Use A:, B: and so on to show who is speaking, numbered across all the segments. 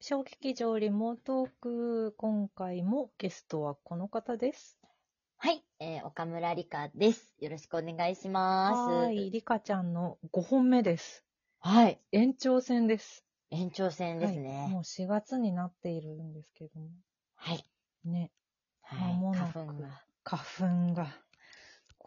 A: 小劇場リモートーク、今回もゲストはこの方です。
B: はい、えー岡村理香です。よろしくお願いします。
A: はーい、リカちゃんの5本目です。
B: はい。
A: 延長戦です。
B: 延長戦です
A: はい、
B: ね
A: も。う4月になっているんですけども、
B: はい。
A: ね、
B: は
A: 間
B: い。
A: もなく
B: 花粉が。
A: 花粉が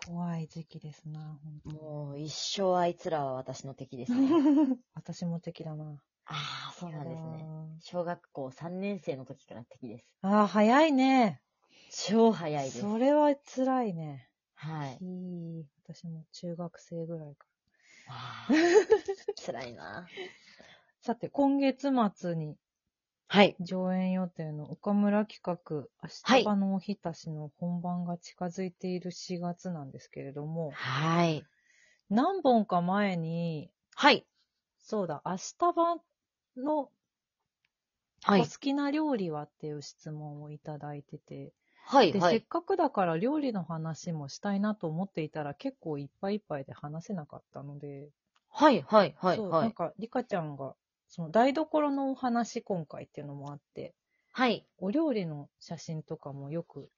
A: 怖い時期ですな、本
B: もう一生あいつらは私の敵です
A: 当
B: ね。
A: に。 私も敵だな。
B: ああ、そうなんです
A: やだ
B: ね。
A: ー。
B: 小学校3年生の時から敵で
A: ああ、早いね。
B: す。超早いです。
A: それは辛いね。
B: はい
A: ひ。ー私も中学生ぐらいか。
B: あー辛いな。
A: さて、今月末に
B: はい。
A: 上演予定の岡村企画、明日場のおひたしの本番が近づいている4月なんですけれども、
B: はい。
A: 何本か前に、
B: はい。
A: そうだ、明日場の
B: は
A: お好
B: い。
A: きな料理はっていう質問をいただいてて、
B: はい。
A: で、
B: は
A: せ
B: い
A: っ。かくだから料理の話もしたいなと思っていたら結構いっぱいいっぱいで話せなかったので、
B: はい。はい。はい。
A: そう、
B: は
A: なん
B: い。
A: か、リカちゃんが、その台所のお話今回っていうのもあって、
B: はい。
A: お料理の写真とかもよく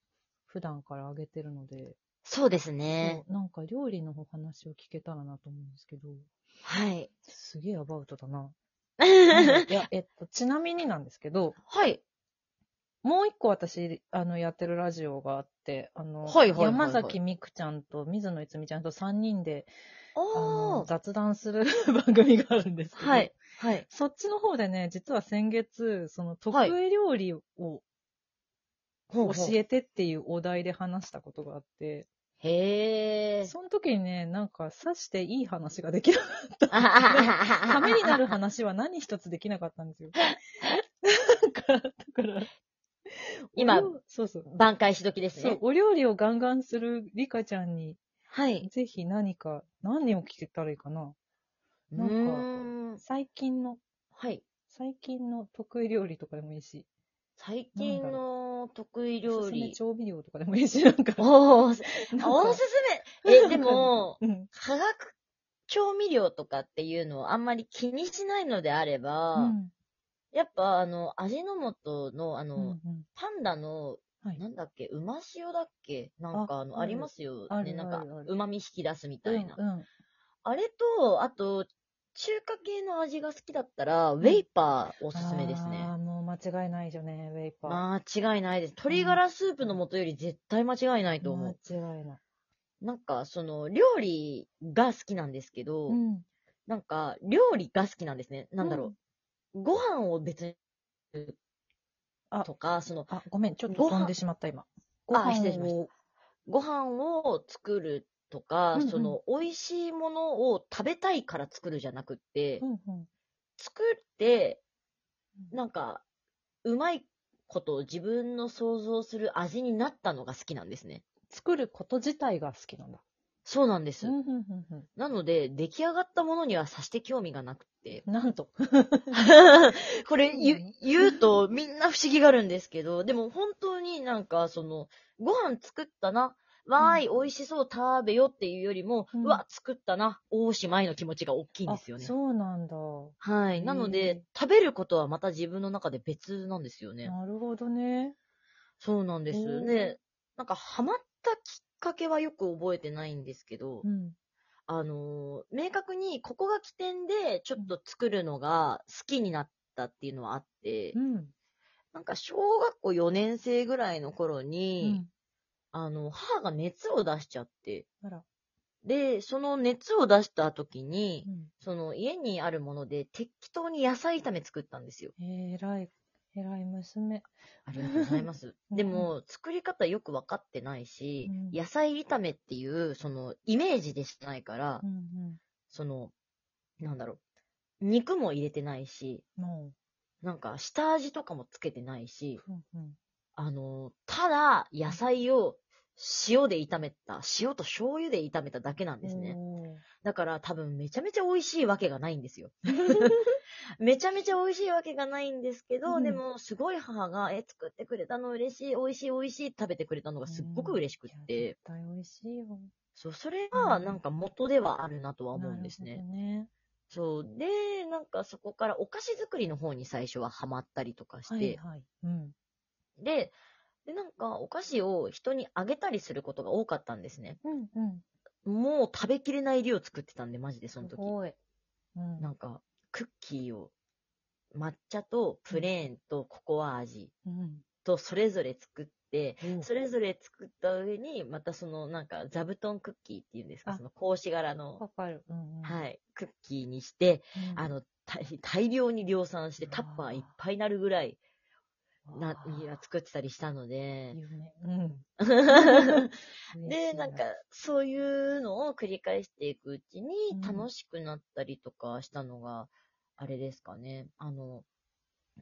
A: 普段からあげてるので、
B: そうですね。
A: そうなんか料理のお話を聞けたらなと思うんですけど、
B: はい。
A: すげえアバウトだ な。
B: はい
A: や、えっと、ちなみになんですけど、
B: い。
A: もう一個私、あの、やってるラジオがあって、あの、
B: はいはいはいはい
A: 山崎美久ちゃんと水野いつみちゃんと3人で、あ
B: お
A: の、
B: ー。
A: 雑談する 番組があるんですけど、
B: はい。はい。
A: そっちの方でね、実は先月、その得
B: はい
A: 意料理を
B: ほう
A: 教
B: ほう
A: えてっていうお題で話したことがあって、
B: へえ。
A: その時にね、なんか刺していい話ができなかっ
B: あ
A: た。
B: ははは
A: ためになる話は何一つできなかったんです よ。なんか、だから。
B: 今
A: お料そうそう。
B: 挽回し時です
A: そう
B: ね、。
A: お料理をガンガンするリカちゃんに、
B: はい。
A: ぜひ何か、何を聞けたらいいかな。なんか
B: うーん
A: 最近の、
B: はい。
A: 最近の得意料理とかでもいいし、
B: 最近の得意
A: おす
B: 料
A: すめ
B: 理。
A: 調味料とかでもいいし、なんか。
B: おお、おす
A: なんか
B: すめ。え、でも、
A: うん。
B: 化学調味料とかっていうのをあんまり気にしないのであれば、
A: うん
B: やっぱあの、味の素の、あの、
A: うんうん
B: パンダの、
A: はい
B: なんだっけ、うま塩だっけなんかあの、
A: あ
B: あ
A: ある
B: りますよ
A: あ。
B: ね、
A: る
B: なん
A: あ
B: か
A: るある、
B: うまみ引き出すみたいな。
A: うんうん
B: あれと、あと、中華系の味が好きだったら、ウェイパーおすすめですね
A: あ。あ、もう間違いないよね、ウェイパー。
B: 間違いないです。鶏ガラスープの素より絶対間違いないと思
A: 間違いない。
B: う。なんか、その、料理が好きなんですけど、
A: ん。
B: なんか、料理が好きなんですね。なんだろう。ご飯を別に、
A: あ
B: とか、その、
A: あ、ごめん、ちょっと
B: ご飯
A: 飛んでしまった、今。ご飯を
B: 失礼しましご飯を作るとか、
A: うんうん
B: その、美味しいものを食べたいから作るじゃなくって、
A: うんうん。
B: 作って、
A: うん
B: なんか、うまいことを自分の想像する味になったのが好きなんですね。
A: 作ること自体が好きなんだ。
B: そうなんです。
A: うんうんうんう
B: なので、出来上がったものにはさして興味がなく て。
A: ん。なんと。
B: これ言
A: うん
B: う、言うとみんな不思議があるんですけど、でも本当になんか、その、ご飯作ったな、わーい、美味しそう、食べよっていうよりも、
A: う
B: うんわ、作ったな、大しまいの気持ちが大きいんですよ
A: あ
B: ね。
A: そうなんだ。
B: はい。なの
A: へー
B: で、食べることはまた自分の中で別なんですよね。
A: なるほどね。
B: そうなんで
A: へ
B: す。
A: ー
B: で、なんか、ハマったきっかけはよく覚えてないんですけど、
A: うん。
B: あのー明確にここが起点でちょっと作るのが好きになったっていうのはあって、
A: うん。
B: なんか小学校4年生ぐらいの頃
A: う
B: に、
A: ん。
B: あの、母が熱を出しちゃって、
A: あら。
B: で、その熱を出した時に
A: う、ん。
B: その家にあるもので適当に野菜炒め作ったんですよ。
A: えらい、えらい娘。
B: ありがとうございます。
A: うん
B: でも、作り方よくわかってないし、
A: うん
B: 野菜炒めっていう、その、イメージでしかないから、
A: うんうん。
B: その、なんだろう、肉も入れてないし、
A: も
B: なんか下味とかもつけてないし、
A: う。うんうん。
B: あの、ただ野菜を塩で炒めた、塩と醤油で炒めただけなんですね。
A: おー
B: だから多分めちゃめちゃ美味しいわけがないんで すよ。めちゃめちゃ美味しいわけがないんですけど、
A: うん
B: でもすごい母が、え、作ってくれたの嬉しい、美味しい美味しいって食べてくれたのがすっごく嬉しくっ
A: いや
B: て
A: 絶、対美味しいよ。
B: そう、それがなんか元ではあるなとは
A: な
B: 思
A: る
B: う
A: ほ
B: ん
A: ど
B: ですね。
A: ね。
B: そう。で、なんかそこからお菓子作りの方に最初はハマったりとかして、
A: はいはい。うん。
B: で、で、なんかお菓子を人にあげたりすることが多かったんですね。
A: うんうん。
B: もう食べきれない量作ってたんで、マジでその時。
A: い。うん。
B: なんか、クッキーを、抹茶とプレーンとココア味
A: うん。
B: とそれぞれ作って、
A: おう
B: それぞれ作った上に、またそのなんか座布団クッキーっていうんですか、
A: あ
B: その格子柄の、
A: わかる。うんうん。い。
B: はい、クッキーにして、あの、大大量に量産して
A: うわー
B: タッパーいっぱいなるぐらいな
A: わあ、
B: いや作ってたりした ので、
A: 夢。うん。
B: で、なんか、そういうのを繰り返していくうちに
A: うん
B: 楽しくなったりとかしたのが、あれですかね、あの、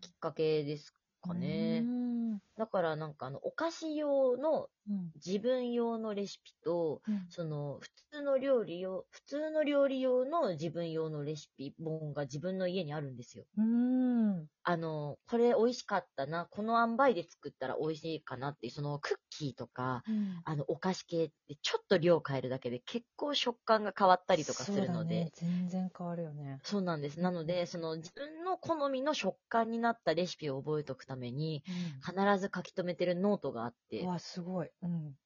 B: きっかけですかね。
A: うん。
B: だからなんかあの、お菓子用の
A: うん。
B: 自分用のレシピと、
A: うん
B: その、普通の料理用、普通の料理用の自分用のレシピ本が自分の家にあるんですよ。
A: うん。
B: あの、これ美味しかったな、この塩梅で作ったら美味しいかなっていう、そのクッキーとか、
A: うん。
B: あの、お菓子系ってちょっと量変えるだけで結構食感が変わったりとかするので、そう,、
A: そうだね全然変わるよね。
B: なんです。なので、その自分の好みの食感になったレシピを覚えておくために、必ず書き留めてるノートがあっ
A: うん。
B: て
A: う、わ、すごい。うん。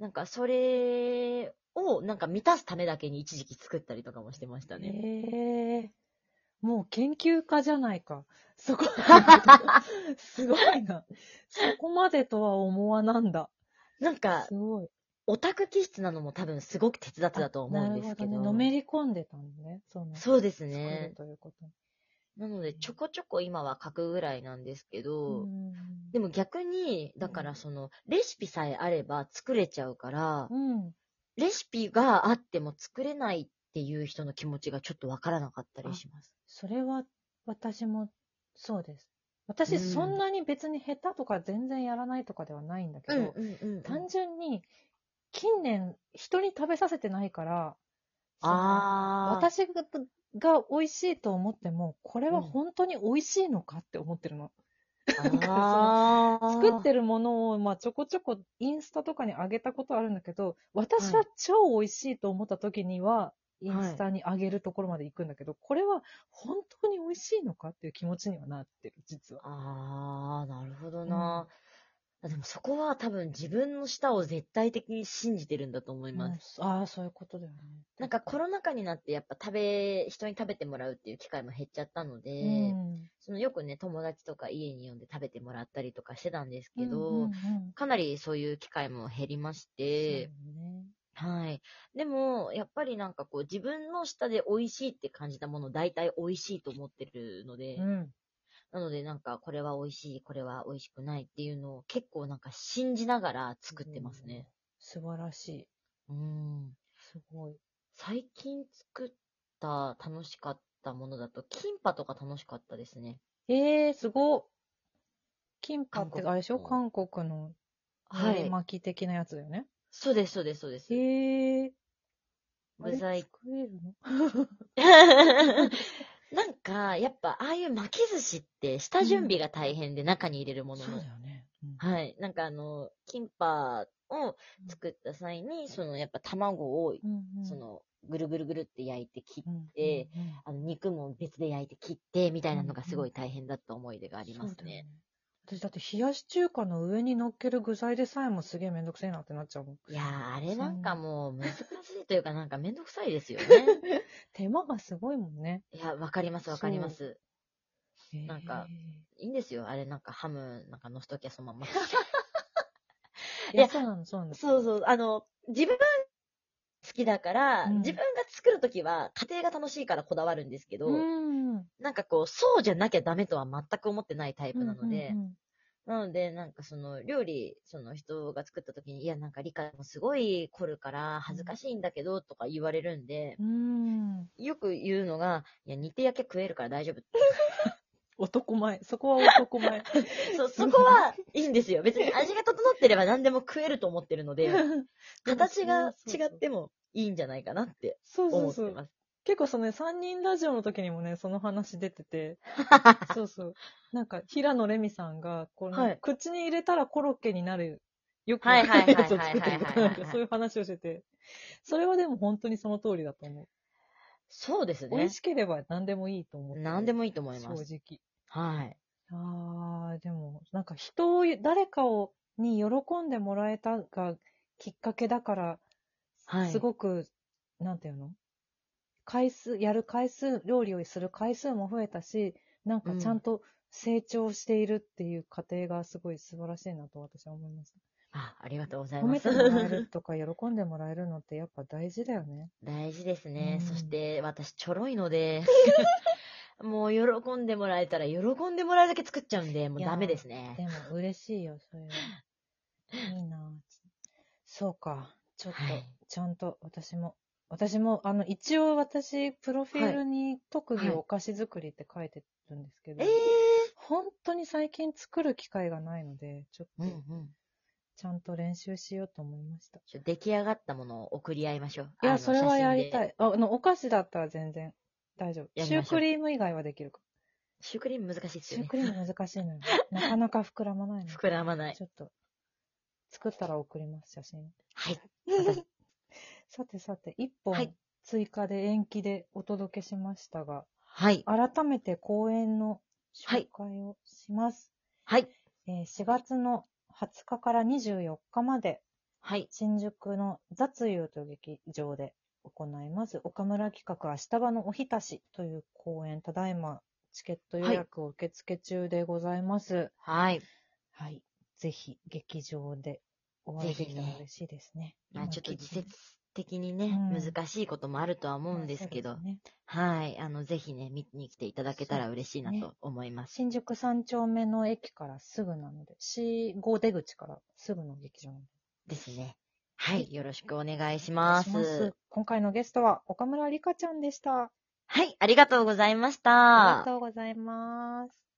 B: なんかそれをなんか満たすためだけに一時期作ったりとかもしてましたね。
A: へえもう研究家じゃないか。そ こ、すごいな。そこまでとは思わなんだ。
B: なんか
A: す、ごい。
B: オタク気質なのも多分すごく手伝ってたと思うんですけ
A: なる
B: ど。
A: ほね。のめり込んでたんだね。その
B: そうです
A: 作る
B: ね。
A: ということに。
B: なので、ちょこちょこ今は書くぐらいなんですけど、
A: うん
B: でも逆に、だからその、レシピさえあれば作れちゃうから、
A: うん。
B: レシピがあっても作れないっていう人の気持ちがちょっとわからなかったりします。
A: それは、私も、そうです。私、
B: うん
A: そんなに別に下手とか全然やらないとかではないんだけど、
B: んうん
A: 単純に、近年、人に食べさせてないから、その
B: ああ。
A: 私がが美味しいと思っても、これは
B: うん
A: 本当に美味しいのかって思ってるの。
B: あー
A: 作ってるものを、まあ、ちょこちょこインスタとかに上げたことあるんだけど、私は超美味しいと思った時には、インスタに上げるところまで行くんだけど、これは本当に美味しいのかっていう気持ちにはなってる、実は。
B: ああ、なるほどな。でもそこは多分自分の舌を絶対的に信じてるんだと思います。
A: うんああ、そういうことだよね。
B: なんかコロナ禍になってやっぱ食べ、人に食べてもらうっていう機会も減っちゃったので、
A: うん、
B: そのよくね、友達とか家に呼んで食べてもらったりとかしてたんですけど、
A: うんうんうん
B: かなりそういう機会も減りまし
A: そう
B: て
A: よ、ね
B: はい。でも、やっぱりなんかこう、自分の舌で美味しいって感じたもの、大体美味しいと思ってるので、
A: うん
B: なのでなんか、これは美味しい、これは美味しくないっていうのを結構なんか信じながら作ってますね。
A: 素晴らしい。
B: うん。
A: すごい。
B: 最近作った楽しかったものだと、キンパとか楽しかったですね。
A: ええー、すごっ。キンパって
B: 韓国
A: あれでしょ
B: の
A: 韓国の
B: は
A: 海苔
B: い。
A: 巻き的なやつだよね。
B: そうです、そうです、そうです。
A: ええー。あれ
B: 具材
A: 作れるの
B: なんか、やっぱ、ああいう巻き寿司って、下準備が大変で中に入れるもの
A: そう
B: の。
A: だよね。うん
B: はい。なんかあの、キンパを作った際に、その、やっぱ卵を、
A: うんうん
B: その、ぐるぐるぐるって焼いて切っ
A: うんうん
B: て
A: うん
B: あの、肉も別で焼いて切って、みたいなのがすごい大変だった思い出があります
A: そうだよ
B: ね。
A: 私だって冷やし中華の上に乗っける具材でさえもすげえめんどくせえなってなっちゃうもん。
B: いやー、あれなんかもう難しいというかなんかめんどくさいですよね。
A: 手間がすごいもんね。
B: いや、わかりますわかります。なんか
A: え
B: いいんですよ。あれなんかハムなんか乗せときゃそのまま。
A: ーい
B: いや
A: や、そうなの、そうなの。
B: そうそう、あの、自分が好きだから、
A: うん
B: 自分が作るときは家庭が楽しいからこだわるんですけど、
A: うん。
B: なんかこう、そうじゃなきゃダメとは全く思ってないタイプなので、
A: うんうん
B: なので、なんかその料理、その人が作った時に、いや、なんか理解もすごい凝るから恥ずかしいんだけど、とか言われるんで、
A: うん。うん。
B: よく言うのが、いや、煮て焼け食えるから大丈夫って。
A: 男前。そこは男 前。
B: そ、そこはいいんですよ。別に味が整ってれば何でも食えると思ってるの で、形が違ってもいいんじゃないかなって
A: そうそう
B: 思って
A: そう。
B: ます。
A: 結構そのね、3人ラジオの時にもね、その話出て て、そうそう。なんか、平野レミさんが、この、
B: はい
A: 口に入れたらコロッケになる、よくわかんないやつを作ってるとか、なんかそういう話をしてて、それはでも本当にその通りだと思う。
B: そうです
A: 美
B: ね
A: 味。しければ何でもいいと思って。
B: 何で
A: も
B: もいいと思います。
A: 正直。
B: はい。
A: ああ、でも、なんか人を、誰かを、に喜んでもらえたがきっかけだから、
B: はい
A: すごく、なんていうの回数、やる回数、料理をする回数も増えたし、なんか
B: うん
A: ちゃんと成長しているっていう過程がすごい素晴らしいなと私は思います。
B: あ、ありがとうござい
A: 褒
B: ま
A: め
B: す
A: て。もらえるとか喜んでもらえるのってやっぱ大事だよね。
B: 大事ですね。
A: うん
B: そして、私、ちょろいの で、もう、喜んでもらえたら、喜んでもらえるだけ作っちゃうんで、もう
A: いやー
B: ダメです ね。
A: でも嬉しいよ、それは。いいなぁそうか。ちょっと
B: はい、
A: ちゃんと私も、私も、あの、一応私、プロフィールに特技
B: はい
A: お菓子作りって書いてるんですけど、
B: え
A: 本当に最近作る機会がないので、ちょっ
B: ー、うん
A: と、
B: うん。
A: ちゃんと練習しようと思いました。
B: ちょ出来上がったものを送り合いましょう。
A: い
B: あの
A: や、それはやりた。
B: 写真で
A: い。ああの、お菓子だったら全然大丈夫。
B: や
A: シュ
B: りま
A: ー
B: しょ
A: ク
B: う
A: リーム以外はできるか。
B: シュークリーム難しいで
A: シ
B: すよ
A: ュー
B: ね。
A: クリーム難しいのよ。なかなか膨らまない の。
B: 膨らまない。
A: ちょっと、作ったら送ります、写真。
B: はい。
A: さてさて、一
B: はい
A: 本追加で延期でお届けしましたが、
B: はい。
A: 改めて公演の紹介をします、
B: はい。
A: えー4月の20日から24日まで、
B: はい。
A: 新宿の雑遊という劇場で行います、岡村企画明日場のおひたしという公演、ただいまチケット予約を受付中でございます。
B: はい。
A: はい。ぜひ劇場でお会いできたら嬉しいですね。
B: まあ、ちょっと
A: 今聞い
B: 季
A: てね
B: 節的にね、
A: うん
B: 難しいこともあるとは思うんですけ
A: まあ
B: ど
A: そう、ですね
B: はい。あの、ぜひね、見に来ていただけたら嬉しいな
A: そうです
B: と思います。
A: 新宿三丁目の駅からすぐなので、C5 出口からすぐの劇場なので
B: ですね。はい。よろしくお願いします。
A: お願いします今回のゲストは岡村里香ちゃんでした。
B: はい。ありがとうございました。
A: ありがとうございます。